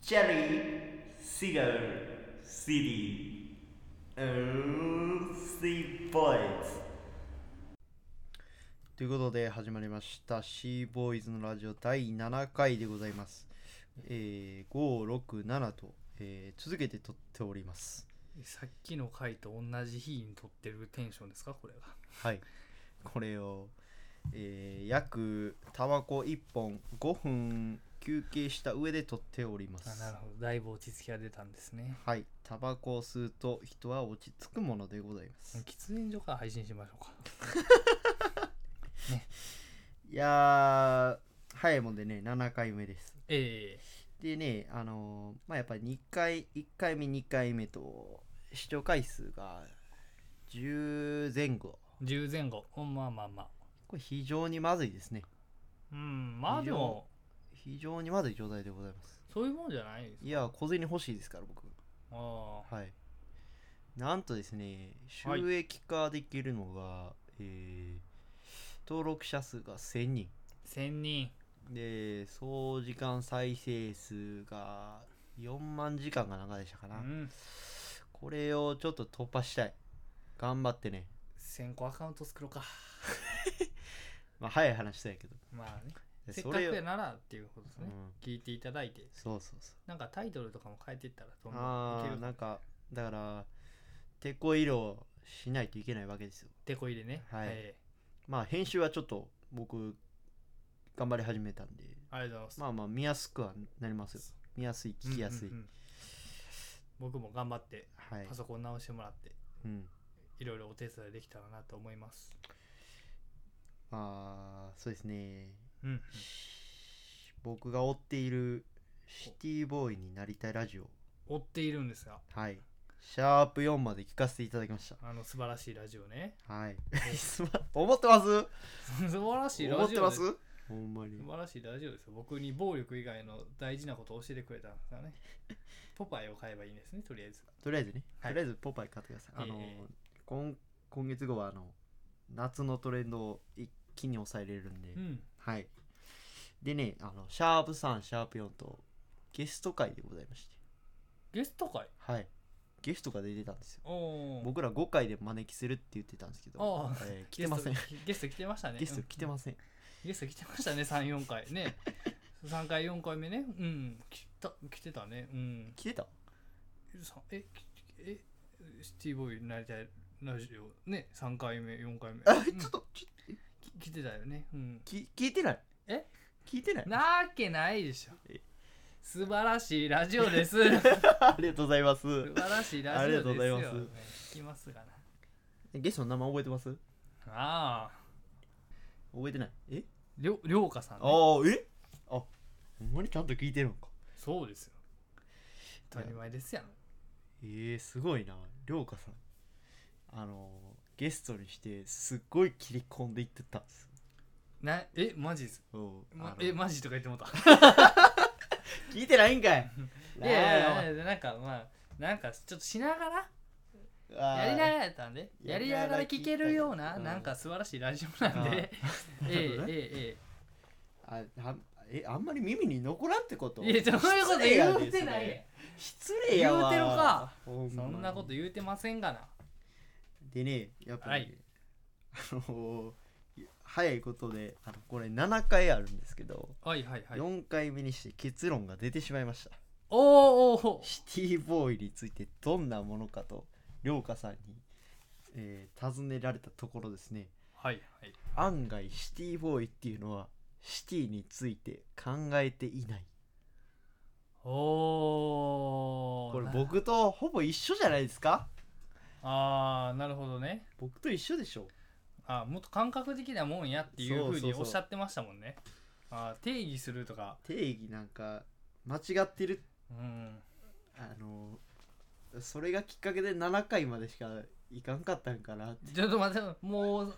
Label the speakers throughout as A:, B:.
A: Cherry, Cigar, City, and Three Boys.
B: ということで始まりました C ボーイズのラジオ第7回でございます。えー、567と、えー続けて撮っております。
C: さっきの回と同じ日に撮ってるテンションですかこれは
B: はい。これを、えー約タバコ1本5分休憩した上で撮っておりま
C: あ
B: す。
C: なるほどだいぶ落ち着きが出たんです ね
B: はい。タバコを吸うと人は落ち着くものでございます。
C: 喫煙所から配信しましょうか
B: いやー、早いもんでね、7回目です。
C: え
B: でね、あのーまあ、やっぱり2回、1回目、2回目と、視聴回数が10前後。
C: え10前後うんまあまあまあ
B: これ非常にまずいですね。
C: うんまあでも
B: 非常にまずい状態でございます。
C: そういうもんじゃないです
B: いやー、小銭欲しいですから、僕。
C: ああ
B: はい。なんとですね、
C: はい
B: 収益化できるのが、えー登録者数が1000人。
C: 1000人
B: で、総時間再生数が4万時間が長でしたか
C: う
B: な。
C: ん
B: これをちょっと突破したい。頑張ってね。
C: 1000個アカウント作ろうか
B: まあ、早い話だけど。
C: まあね
B: で
C: せっ
B: そ
C: かく
B: れを
C: やならっていうことです
B: う
C: ね、
B: ん、
C: 聞いていただいて
B: そうそうそ
C: なんかタイトルとかも変えていったらど
B: う。
C: んどんい
B: あ
C: け
B: あ、
C: るか
B: なんか、だから、手こ入れをしないといけないわけですよ。
C: てこ入れね
B: はい
C: え
B: まあ、編集はちょっと僕、頑張り始めたんで、
C: えありがとうございます、
B: まあまあ、見やすくはなりますよ。見やすい、聞きやすい。
C: うんうんうん僕も頑張って
B: はい
C: パ。ソコン直してもらって、
B: うん。
C: いろいろお手伝いできたらなと思います。
B: まあ、そうですね。
C: うん。
B: 僕が追っているシティボーイになりたいラジオ。
C: 追っているんですが、
B: はい。シャープ4まで聞かせていただきました。
C: あの素晴らしいラジオね。
B: はい。
C: え
B: すま思ってます
C: 素晴らしいラジオ
B: 思ってま
C: です
B: ほんまに
C: 素。晴らしいラジオですよ。僕に暴力以外の大事なことを教えてくれたんです よね。ポパイを買えばいいんですね、とりあえず。
B: とりあえずね、
C: はい
B: とりあえずポパイ買ってください。あの、
C: ええ
B: 今今月後はあの夏のトレンドを一気に抑えれるんで、
C: うん。
B: はい。でね、あのシャープ3、シャープ4とゲスト会でございまして、
C: ゲスト会
B: はい。ゲストが出てたんですよ。
C: おお。
B: 僕ら5回で招きするって言ってたんですけど
C: ああ、
B: えー来てません
C: ゲ。スト。ゲスト来てましたね。
B: ゲスト来て
C: うん
B: ません。
C: ゲスト来てましたね、3、4回。ね。3回、4回目ね。うん。来た、来てたね。うん。
B: 来てた
C: さえきえシティボーイになりたいラジオね3回目4回目
B: あ、
C: うん
B: ちょっと、ちょっと
C: き来てたよねうん
B: き聞いてない
C: え
B: 聞いてない
C: なわけないでしょ
B: え
C: 素晴らしいラジ オです素
B: ありがとうございます。
C: 晴らしいラジオですよ
B: ありがとうございます
C: ね聞きますがな
B: ゲストの名前覚えてます
C: ああ
B: 覚えてないえ
C: りょりょうかさん、ね、
B: ああえあほんまにちゃんと聞いてるのか
C: そうですよ当たり前ですやん
B: えー、すごいな涼香さんあのーゲストにしてすっごい切り込んでいってたんです
C: なえマジです、
B: ようんあ
C: ま
B: の、
C: えマジとか言っ てもうた
B: 聞いてないんかい
C: いやいやいやなんかまあなんかちょっとしながらやりながらやったんで、
B: や
C: や
B: り
C: り
B: な
C: な
B: が
C: が
B: ら
C: ら
B: 聞い
C: 聴
B: た
C: け
B: り
C: るような、
B: うん
C: なんか素晴らしいラジオなんで、ええ
B: なるほどね
C: え
B: あーああえあんまり耳に残らんってこと
C: えええ。いや、そういうこと
B: 失礼やで
C: 言うてないやん
B: それ失礼やわ
C: 言うてるか
B: ほま
C: そ
B: に
C: んなこと言うてませんがな。
B: でねやっぱり、
C: はい
B: あのー早いことであのこれ7回あるんですけど、
C: はいはいはい。おー
B: 4回目にして結論が出てしまいました
C: おーおー
B: シティボーイについてどんなものかと涼香さんに、えー尋ねられたところですね
C: はいはい。
B: 案外シティボーイっていうのはシティについて考えていない
C: おー
B: これ
C: な
B: 僕とほぼ一緒じゃないですか
C: ああ、なるほどね。
B: 僕と一緒でしょ
C: あーもっと感覚的なもんやっていうふう
B: そうそう
C: に
B: そう
C: おっしゃってましたもんね。あー定義するとか。
B: 定義なんか間違ってる
C: うん。
B: あのーそれがきっかけで7回までしかいかんかったんかな
C: ちょっと待って、もう、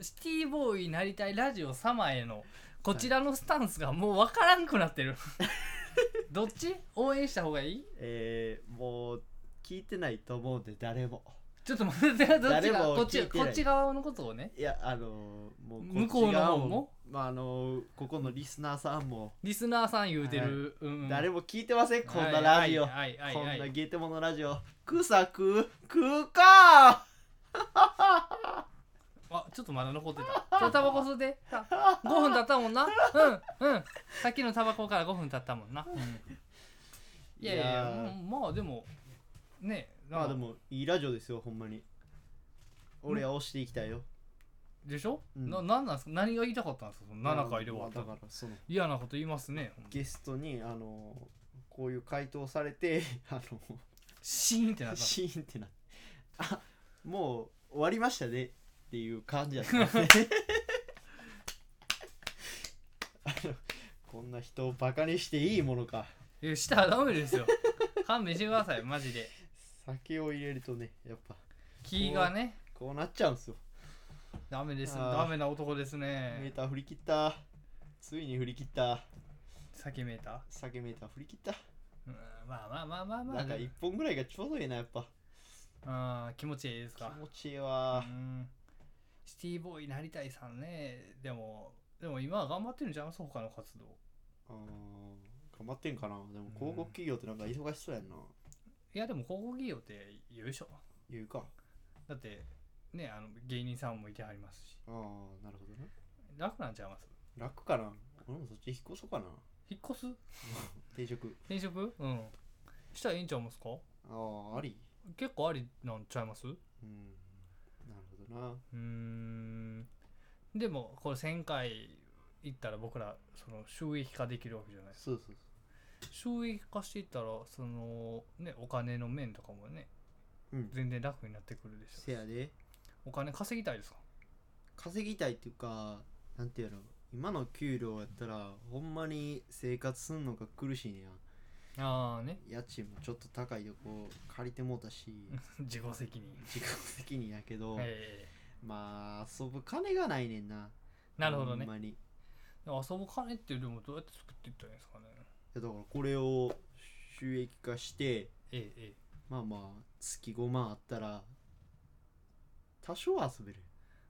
C: シティボーイになりたいラジオ様への、こちらのスタンスがもうわからんくなっ てる。どっち応援した方がいい
B: えーもう聞いてないと思うんで誰も
C: ちょっと待ってどっち
B: 誰
C: が
B: も
C: こっ
B: 聞
C: ち
B: いてな
C: こ
B: い
C: っち側のことをね
B: いやあのもう
C: 向こうの方も
B: こっち側まああのここのリスナーさんも
C: リスナーさん言うてる、うんうん
B: 誰も聞いてません、こんな
C: はい
B: ラジオ、
C: はいはい
B: こん
C: は
B: ない
C: はい
B: ゲテモノラジオくさく食うか
C: あちょっとまだ残ってたそれタバコ吸うてた5分経ったもんなうんうんさっきのタバコから5分経ったもんな、うんいやいやいや
B: ー
C: うんまあでもね
B: まあで
C: なんか
B: もいいラジオですよほんまに俺は押していきたいよ
C: でしょ、
B: うん
C: ななんなんすか何が言いたかったんですかその7回で終わ
B: ま
C: っ
B: あ
C: た
B: だからその
C: 嫌なこと言いますね
B: ゲストにあのこういう回答されて あ
C: シーンってな
B: の
C: っ た
B: シーンってなってあもう終わりましたねっていう感じだったん ですねあのこんな人をバカにしていいものか
C: えしたらダメですよ勘弁してくださいマジで
B: 酒を入れるとねやっぱ
C: 気がね
B: こうなっちゃうんですよ
C: ダメです
B: あー
C: ダメな男です
B: メー
C: ね
B: ター振り切ったついに振り切った
C: 酒メーター
B: 酒メーター振り切った
C: うんまあまあまあまあまあ
B: なんか1本ぐらいがちょうどいいなやっぱ
C: あー気持ちいいです
B: 気
C: か
B: 持ちいいわ
C: うんシティボーイになりたいさんねでもでも今は頑張ってるんじゃんそう他の活動
B: うん頑張ってんかなでも広告企業ってなんか忙しそうやんない
C: やでも広告企業って言うでしょ
B: 言うか
C: だってねあの芸人さんもいてはりますし
B: ああなるほどね
C: 楽なんちゃいます
B: 楽かな俺もそっち引っ越そうかな
C: 引っ越す
B: 定食
C: 転職うんしたらええんちゃいますか
B: あああり
C: 結構ありなんちゃいますう
B: うんなるほどな
C: ーんでもこれ1000回行ったら僕らその収益化できるわけじゃないですか
B: そうそうそう
C: 収益化していったらそのねお金の面とかもね
B: うん
C: 全然楽になってくるでしょうし
B: せやで
C: お金稼ぎたいですか
B: 稼ぎたいっていうかなんていうの今の給料やったらほんまに生活すんのが苦しいねや
C: ああね
B: 家賃もちょっと高いとこ借りてもうたし
C: 自己責任
B: 自己責任やけど、
C: え
B: まあ遊ぶ金がないねんな
C: えなるほどね
B: ほんまにい
C: 遊ぶ金っていうよりもどうやって作っていったらいいんですかね
B: やだからこれを収益化して
C: ええええ
B: まあまあ月5万あったら多少は遊べる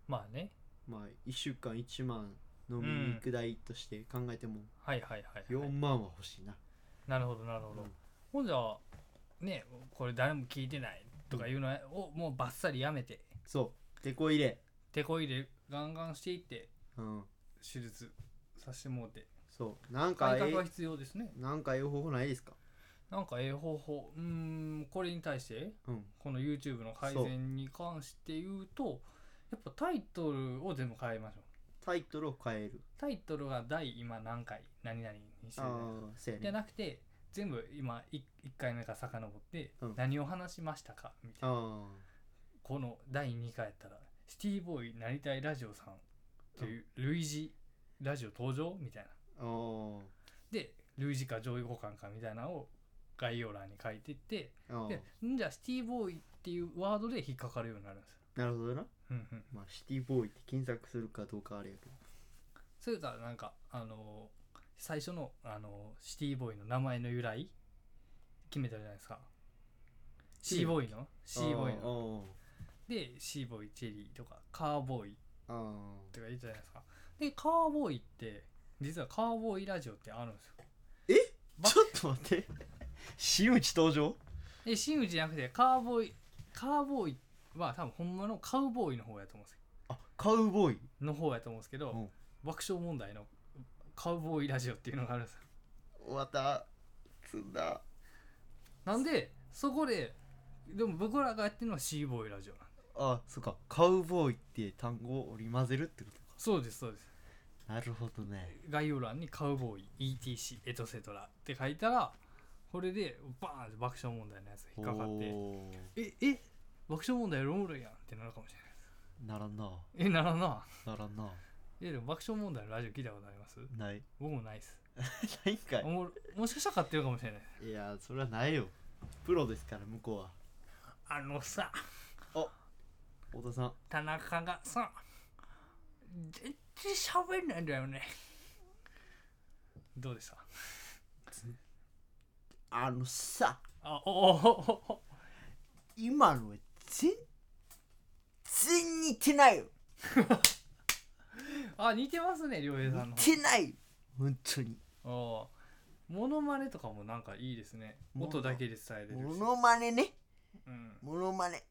C: まあね
B: まあ1週間1万飲みに行く代として考えても
C: はいはいはい、は
B: 4
C: い、
B: 万は欲しいな、
C: なるほどなるほど、
B: うん
C: ほんじゃねこれ誰も聞いてないとかいうのをもうバッサリやめて
B: そうてこ入れ
C: 手こ入れガンガンしていって
B: うん
C: 手術させてもうて
B: そうなんか
C: 改
B: え
C: 革が必要ですね
B: なんかええ方法ないですか
C: なんかええ方法うーんこれに対して
B: うん
C: この YouTube の改善に関して言うとやっぱタイトルを全部変えましょう
B: タイトルを変える
C: タイトルが第今何回何々にして
B: あ
C: る
B: あそうや
C: じ
B: ね
C: ゃなくて全部今 1, 回目から遡って
B: うん
C: 何を話しましたかみたいな、
B: あ
C: この第2回やったらシティボーイなりたいラジオさんという類似ラジオ登場みたいな
B: ああー
C: で類似か上位互換かみたいなのを概要欄に書いてって
B: あ
C: でんじゃあシティボーイっていうワードで引っかかるようになるんですよ。
B: あなるほどな
C: うんうん
B: まあシティボーイって検索するかどうかあれやけど
C: それからなんかあのー最初のあのーシティボーイの名前の由来決めたじゃないですかシーボーイのシーボーイのでシーボーイチェリーとかカーボーイ
B: あーあ
C: とか言ったじゃないですかでカーボーイって実はカーボーイラジオってあるんですよ
B: ーちょっと待って真打ち登場
C: で真打ちじゃなくてカーボーイカーボーイは多分ほんまのカウボーイの方やと思うんですよ
B: あカウボーイ
C: の方やと思うんですけど、
B: うん
C: 爆笑問題のカウボーイラジオっていうのがあるんですよ
B: またつんだ
C: なんでそこででも僕らがやってるのはシーボーイラジオなんで
B: あそっかカウボーイって単語を織り交ぜるってことか
C: そうですそうです
B: なるほどね
C: 概要欄に「カウボーイ ETC エトセトラ」って書いたらこれでバーンって爆笑問題のやつが引っかかって
B: おー
C: 「ええ爆笑問題ロールやん」ってなるかもしれない
B: ならんな
C: えならんな
B: ならんな
C: えでも爆笑問題のラジオ聞いたことあります
B: ない
C: 僕もないっす
B: ないんかい
C: ももしかしたら買ってるかもしれない
B: いやそれはないよプロですから向こうは
C: あのさ
B: 太田さん
C: 田中がさ全然喋んないんだよねどうでした
B: あのさ
C: あおおおおお
B: 今のは全
A: 然似てないよ
C: あ似てますね亮平さ
A: 似
C: んの
A: てない本当に
C: おモノマネとかもなんかいいですね
A: モノ
C: 音だけで伝えれる
A: モ
C: し、
A: ノマネね
C: うん、
A: モノマネ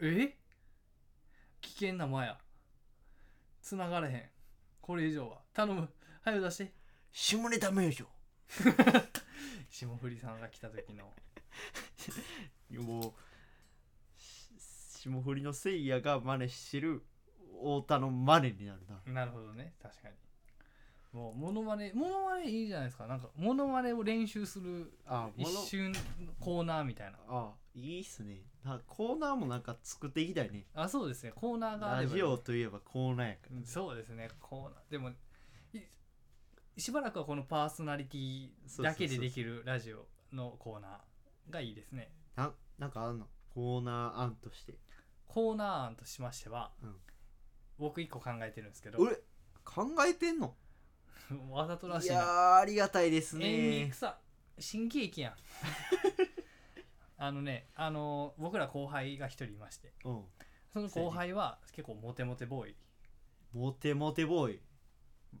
C: え危険な間や繋がれへんこれ以上は頼む早く出して
A: 下ネタ名称
C: 霜降りさんが来た時の
B: もうし霜降りのせいやが真似してる太田の真似になるな
C: なるほどね確かにもうモノマネモノマネいいじゃないですかなんかモノマネを練習する
B: あ
C: 一
B: もの
C: 瞬コーナーみたいな
B: あいいっすねなコーナーもなんか作っていきたいね
C: あそうですねコーナーがあ
B: ラ
C: れば
B: ジオといえばコーナーやか
C: うんそうですねコーナーでもいしばらくはこのパーソナリティだけでできるラジオのコーナーがいいですね
B: らななんかあんのコーナー案として
C: コーナー案としましては、
B: うん
C: 僕一個考えてるんですけど
B: 俺考えてんの
C: わざとらし
B: い
C: い
B: や
C: な
B: ーありがたいです
C: 演技
B: ね
C: 草新喜劇やんあのねあの僕ら後輩が一人いまして
B: うん
C: その後輩は結構モテモテボーイ
B: モテモテボー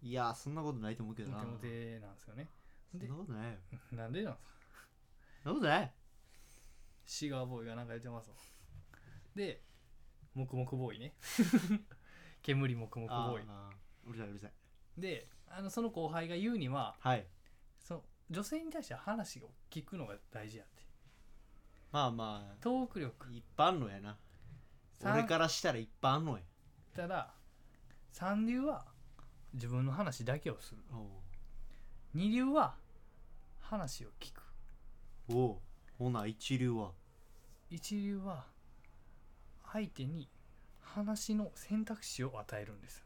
B: イいやーそんなことないと思うけど
C: モ
B: な
C: テモテなんですよね
B: そんなことないよ
C: なんでなんですか
B: そんなことない
C: シガーボーイがなんか言ってますわで黙々ボー イね煙黙々ボーイ
B: あーうるさいうるさい
C: であのその後輩が言うには
B: はい
C: その女性に対して話を聞くのが大事やって
B: まあまあ
C: トーク力
B: 一般論やな
C: さん
B: 俺からしたら一般論や
C: たら三流は自分の話だけをする
B: おう
C: 二流は話を聞く
B: おうほな一流は
C: 一流は相手に話の選択肢を与えるんです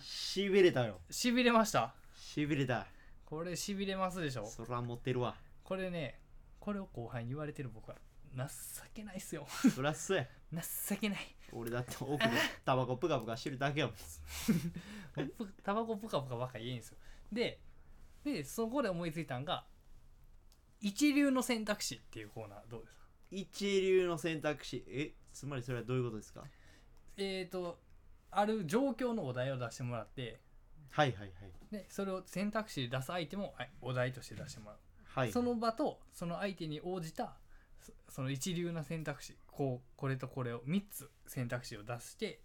B: しびれたよ
C: しびれました
B: しびれた
C: これしびれますでしょ
B: そらモテるわ
C: これねこれを後輩に言われてる僕は情けないっすよ
B: そらそう や
C: 情けない
B: 俺だって奥でタバコプカプカしてるだけやもん
C: ぷタバコプカプカばっかり言えんですよででそこで思いついたんが一流の選択肢っていうコーナーどうですか
B: 一流の選択肢えつまりそれはどういうことですか
C: えー、とある状況のお題を出してもらって
B: はいはいはい
C: でそれを選択肢で出すアイテムをあお題として出してもらう、
B: はい
C: その場とその相手に応じたそその一流な選択肢こうこれとこれを3つ選択肢を出して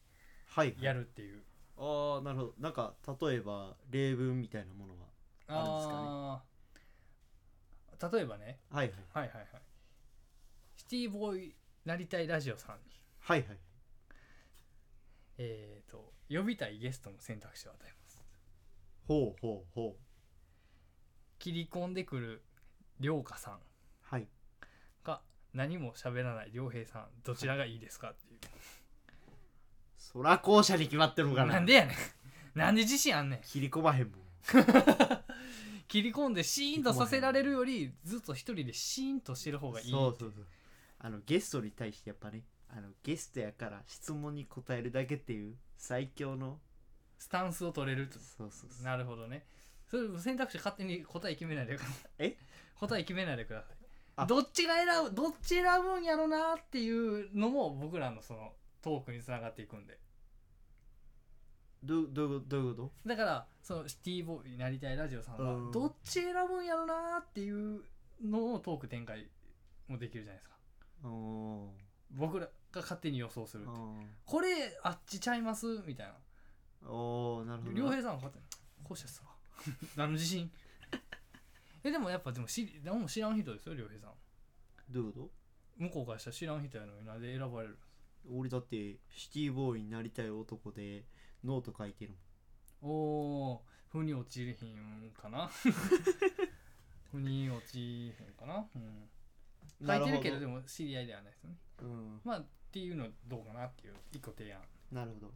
B: はい
C: やるっていう、
B: ああなるほどなんか例えば例文みたいなものはあるんですかね
C: あー例えばね
B: はいはい
C: はいはいはいシティボーイなりたいラジオさんに
B: はいはい
C: えー、と呼びたいゲストの選択肢を与えます
B: ほうほうほう
C: 切り込んでくる涼香さん
B: はい
C: か何も喋らない良平さんどちらがいいですかっていう、
B: そら校舎に決まってるのかな
C: なんでやねん なんで自信あんねん
B: 切り込まへんもん
C: 切り込んでシーンとさせられるよりずっと一人でシーンとしてる方がいい
B: そうそうそうあのゲストに対してやっぱねあのゲストやから質問に答えるだけっていう最強の
C: スタンスを取れると
B: そうそうそう
C: なるほどねそれ選択肢勝手に答え決めないでください
B: え
C: 答え決めないでくださ
B: あ
C: いどっちが選ぶどっち選ぶんやろなっていうのも僕らのそのトークにつながっていくんで
B: どどういうことどういうこと
C: だからそのシティボーイになりたいラジオさん
B: うん
C: はどっち選ぶんやろなっていうのをトーク展開もできるじゃないですか
B: お
C: 僕らが勝手に予想するって
B: ー
C: これあっちちゃいますみたいな
B: おーなるほど
C: 良
B: な
C: 平さんが勝手にこうしたっ すわ何の自信 えでもやっぱでも知りでも知らん人ですよ良平さん
B: どういうこと
C: 向こうからしたら知らん人やのになんで選ばれる
B: 俺だってシティボーイになりたい男でノート書いてるもん
C: おー腑に落ちるひんか な腑に落ちへんかな、うん、書いてるけどで
B: も
C: も知り合いではないですよね
B: うん
C: まあっていうのどうかなっていう一個提案
B: なるほど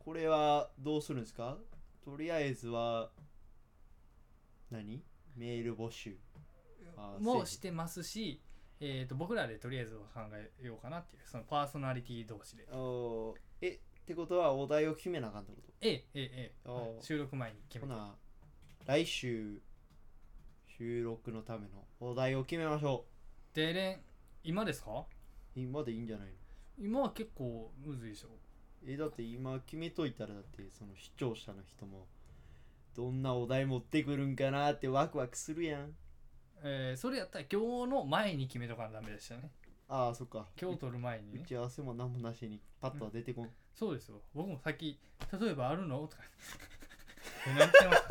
B: これはどうするんですかとりあえずは何メール募集あー
C: もう
B: せい
C: してますし、えー、と僕らでとりあえず考えようかなっていうそのパーソナリティ同士で
B: おーえってことはお題を決めなあかんってこ
C: えええええ
B: おう
C: 収録前に決
B: と
C: め
B: ほ
C: て
B: な来週収録のためのお題を決めましょ
C: でれん今ですか
B: う今でいいんじゃないの
C: 今は結構むずいでしょ
B: えだって今決めといたらだってその視聴者の人もどんなお題持ってくるんかなってワクワクするやん
C: えー、それやったら今日の前に決めとかなダメでしたね
B: ああそっか
C: 今日取る前に
B: 打
C: ね
B: ち合わせも何もなしにパッとは出てこん、
C: そうですよ僕もさっき例えばあるのとか えなんて言ってまし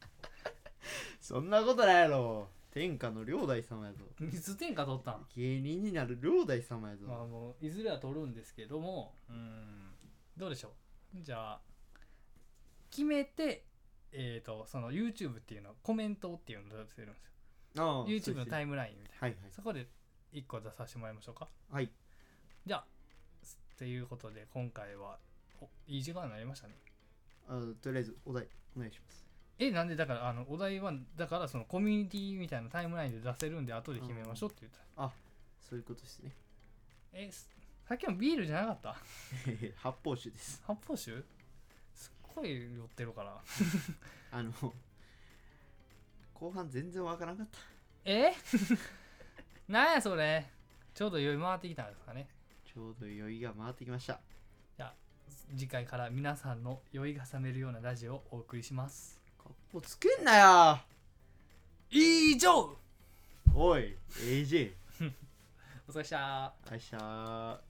C: た
B: そんなことないやろ天下の両大様やぞ
C: いつ天下取ったん
B: 芸人になる両大様やぞ、
C: まあもういずれは取るんですけどもうんどうでしょうじゃあ決めてえっ、とその YouTube っていうのコメントっていうのを出せるんですよ
B: ああ
C: YouTube のタ
B: イ
C: イムラインみたい
B: はいはい
C: なそこで1個出させてもらいましょうか
B: はい
C: じゃあすということで今回はおいい時間になりましたね
B: あのとりあえずお題お願いします
C: えなんでだからあのお題はだからそのコミュニティみたいなタイムラインで出せるんで後で決めましょうって言った、
B: そういうことです ね
C: えすさっきのビールじゃなかった
B: 発泡酒です
C: 発泡酒すっごい酔ってるから
B: あの後半全然わからなかった
C: え なんやそれちょうど酔い回ってきたんですかね
B: ちょうど酔いが回ってきました
C: 次回から皆さんの酔いが覚めるようなラジオをお送りします
B: かっこつけんなよ
C: 以上
B: おい AJ
C: お疲れっした
B: 会社